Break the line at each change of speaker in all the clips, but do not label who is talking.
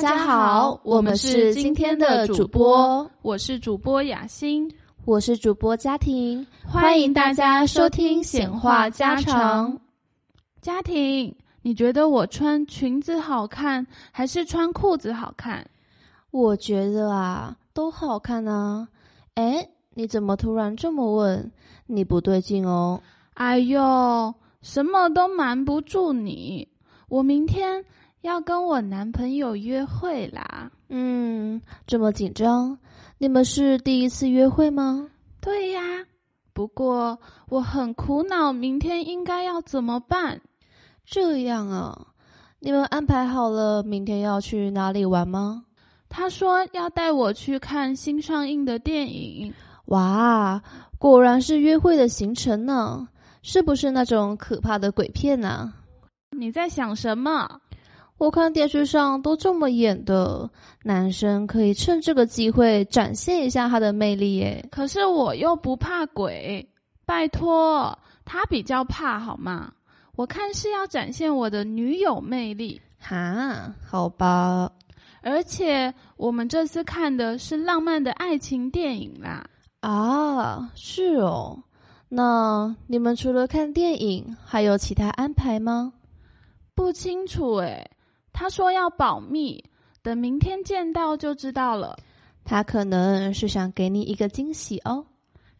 家好，我们是今天的主播，
我是主播雅欣，
我是主播家庭，
欢迎大家收听《显化家常》。家庭，你觉得我穿裙子好看，还是穿裤子好看？
我觉得啊，都好看啊。哎，你怎么突然这么问？你不对劲哦。
哎呦，什么都瞒不住你。我明天要跟我男朋友约会啦。
嗯，这么紧张？你们是第一次约会吗？
对呀，不过我很苦恼，明天应该要怎么办？
这样啊，你们安排好了明天要去哪里玩吗？
他说要带我去看新上映的电影。
哇，果然是约会的行程呢、是不是那种可怕的鬼片啊呐、
你在想什么？
我看电视上都这么演的，男生可以趁这个机会展现一下他的魅力耶。
可是我又不怕鬼，拜托，他比较怕好吗？我看是要展现我的女友魅力，
哈，好吧，
而且我们这次看的是浪漫的爱情电影啦。
啊，是哦。那你们除了看电影，还有其他安排吗？
不清楚诶，他说要保密，等明天见到就知道了，
他可能是想给你一个惊喜哦。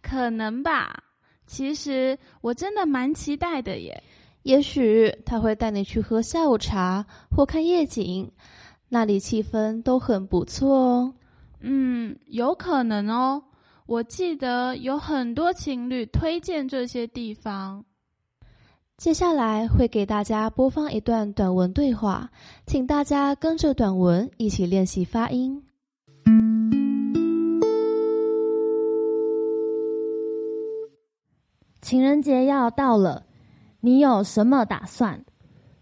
可能吧。其实我真的蛮期待的耶。
也许他会带你去喝下午茶或看夜景，那里气氛都很不错哦。
嗯，有可能哦。我记得有很多情侣推荐这些地方。
接下来会给大家播放一段短文对话，请大家跟着短文一起练习发音。
情人节要到了，你有什么打算？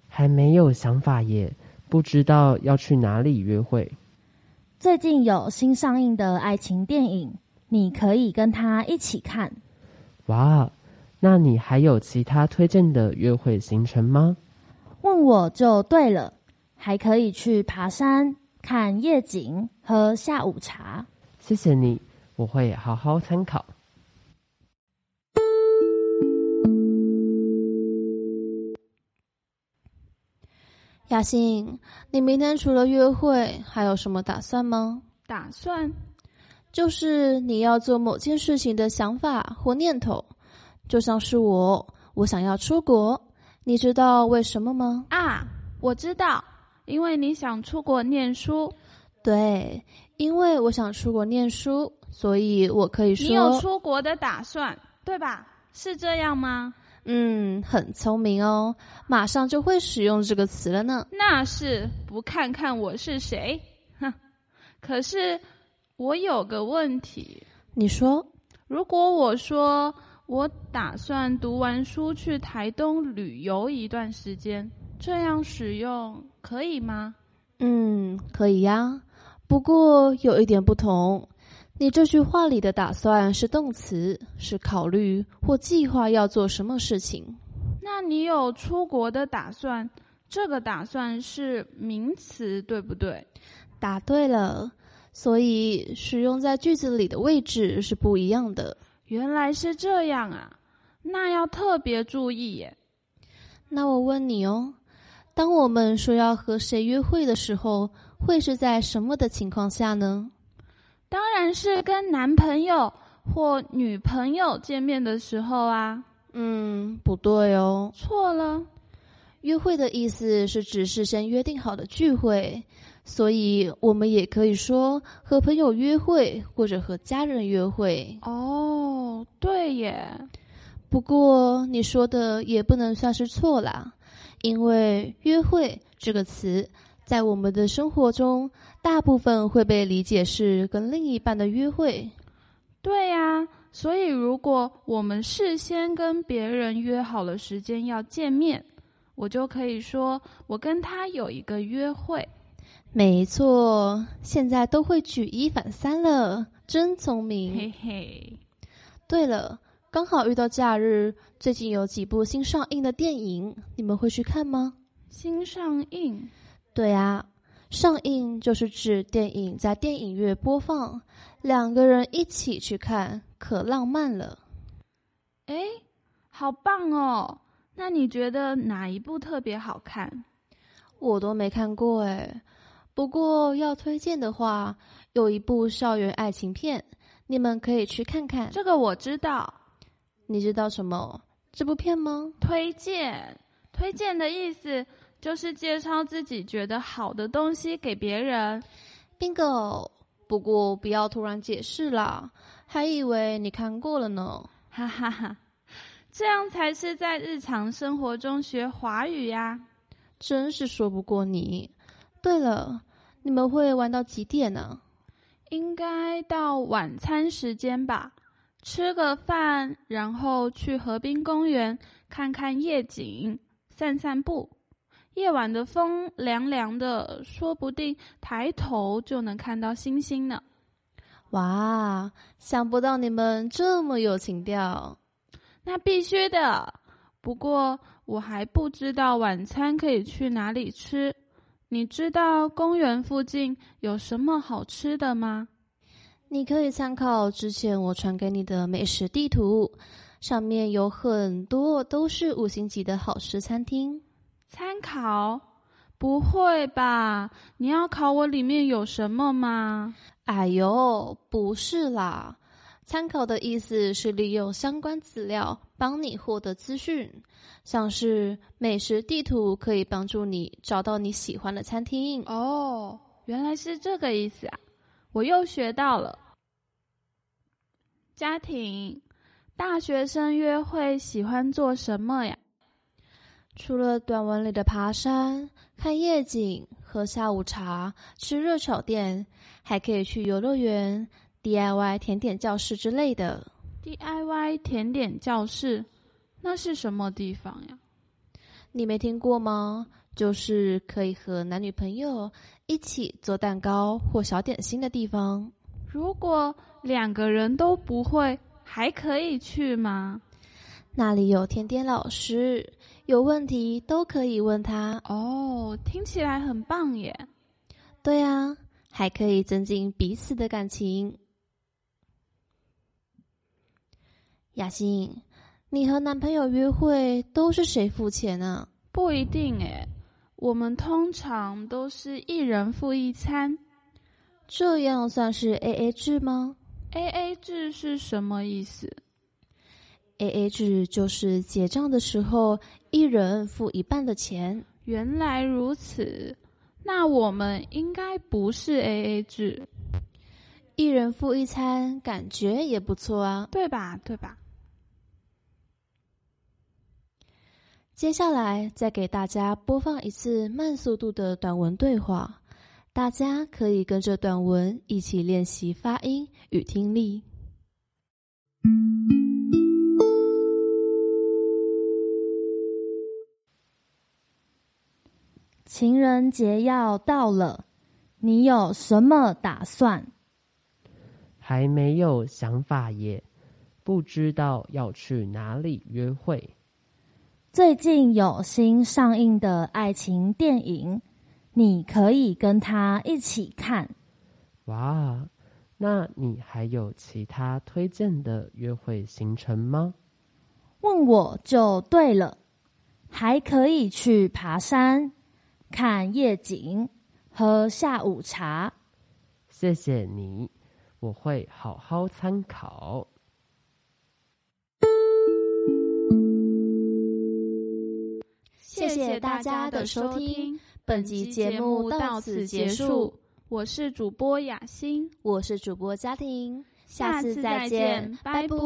还没有想法耶，不知道要去哪里约会。
最近有新上映的爱情电影，你可以跟他一起看。
哇，那你还有其他推荐的约会行程吗？
问我就对了，还可以去爬山、看夜景、喝下午茶。
谢谢你，我会好好参考。
雅欣，你明天除了约会，还有什么打算吗？
打算
就是你要做某件事情的想法或念头，就像是我，我想要出国，你知道为什么吗？
啊，我知道，因为你想出国念书，
对，因为我想出国念书，所以我可以说，
你有出国的打算，对吧？是这样吗？
嗯，很聪明哦，马上就会使用这个词了呢。
那是不看看我是谁，哼。可是我有个问题，
你说
如果我说我打算读完书去台东旅游一段时间，这样使用可以吗？
嗯，可以呀。不过有一点不同，你这句话里的打算是动词，是考虑或计划要做什么事情。
那你有出国的打算？这个打算是名词，对不对？
答对了，所以使用在句子里的位置是不一样的。
原来是这样啊，那要特别注意耶。
那我问你哦，当我们说要和谁约会的时候，会是在什么的情况下呢？
当然是跟男朋友或女朋友见面的时候啊。
嗯，不对哦。
错了，
约会的意思是指事先约定好的聚会，所以我们也可以说和朋友约会或者和家人约会。
哦，对耶，
不过你说的也不能算是错啦，因为“约会”这个词在我们的生活中，大部分会被理解是跟另一半的约会。
对呀、所以如果我们事先跟别人约好了时间要见面，我就可以说我跟他有一个约会。
没错，现在都会举一反三了，真聪明。
嘿嘿，
对了，刚好遇到假日，最近有几部新上映的电影，你们会去看吗？
新上映
对啊，上映就是指电影在电影院播放，两个人一起去看，可浪漫了。
诶，好棒哦！那你觉得哪一部特别好看？
我都没看过哎，不过要推荐的话，有一部校园爱情片，你们可以去看看。
这个我知道，
你知道什么这部片吗？
推荐，推荐的意思就是介绍自己觉得好的东西给别人。
bingo，不过不要突然解释啦，还以为你看过了呢。
哈哈哈，这样才是在日常生活中学华语呀、
真是说不过你。对了，你们会玩到几点呢、
应该到晚餐时间吧，吃个饭，然后去河滨公园看看夜景，散散步。夜晚的风凉凉的，说不定抬头就能看到星星呢。
哇，想不到你们这么有情调。
那必须的。不过我还不知道晚餐可以去哪里吃。你知道公园附近有什么好吃的吗？
你可以参考之前我传给你的美食地图，上面有很多都是五星级的好吃餐厅。
参考？不会吧？你要考我里面有什么吗？
哎呦，不是啦，参考的意思是利用相关资料帮你获得资讯，像是美食地图可以帮助你找到你喜欢的餐厅。
哦，原来是这个意思啊！我又学到了。家庭，大学生约会喜欢做什么呀？
除了短文里的爬山、看夜景、喝下午茶、吃热炒店，还可以去游乐园、DIY 甜点教室之类的。
DIY 甜点教室，那是什么地方呀？
你没听过吗？就是可以和男女朋友一起做蛋糕或小点心的地方。
如果两个人都不会，还可以去吗？
那里有甜点老师，有问题都可以问他。
哦，听起来很棒耶！
对啊，还可以增进彼此的感情。雅欣，你和男朋友约会都是谁付钱啊？
不一定诶，我们通常都是一人付一餐
这样算是 A A 制吗
，A A 制是什么意思？
？A A 制就是结账的时候一人付一半的钱。
原来如此，那我们应该不是 A A 制，
一人付一餐，感觉也不错啊。
对吧？对吧？
接下来再给大家播放一次慢速度的短文对话，大家可以跟着短文一起练习发音与听力。
情人节要到了，你有什么打算？
还没有想法耶，不知道要去哪里约会。
最近有新上映的爱情电影，你可以跟他一起看。
哇，那你还有其他推荐的约会行程吗？
问我就对了，还可以去爬山、看夜景、喝下午茶。
谢谢你，我会好好参考。
谢谢大家的收听，本集节目到此结束，，
我是主播雅欣，
我是主播家庭，
下
次
次
再
再
见，
见，拜拜。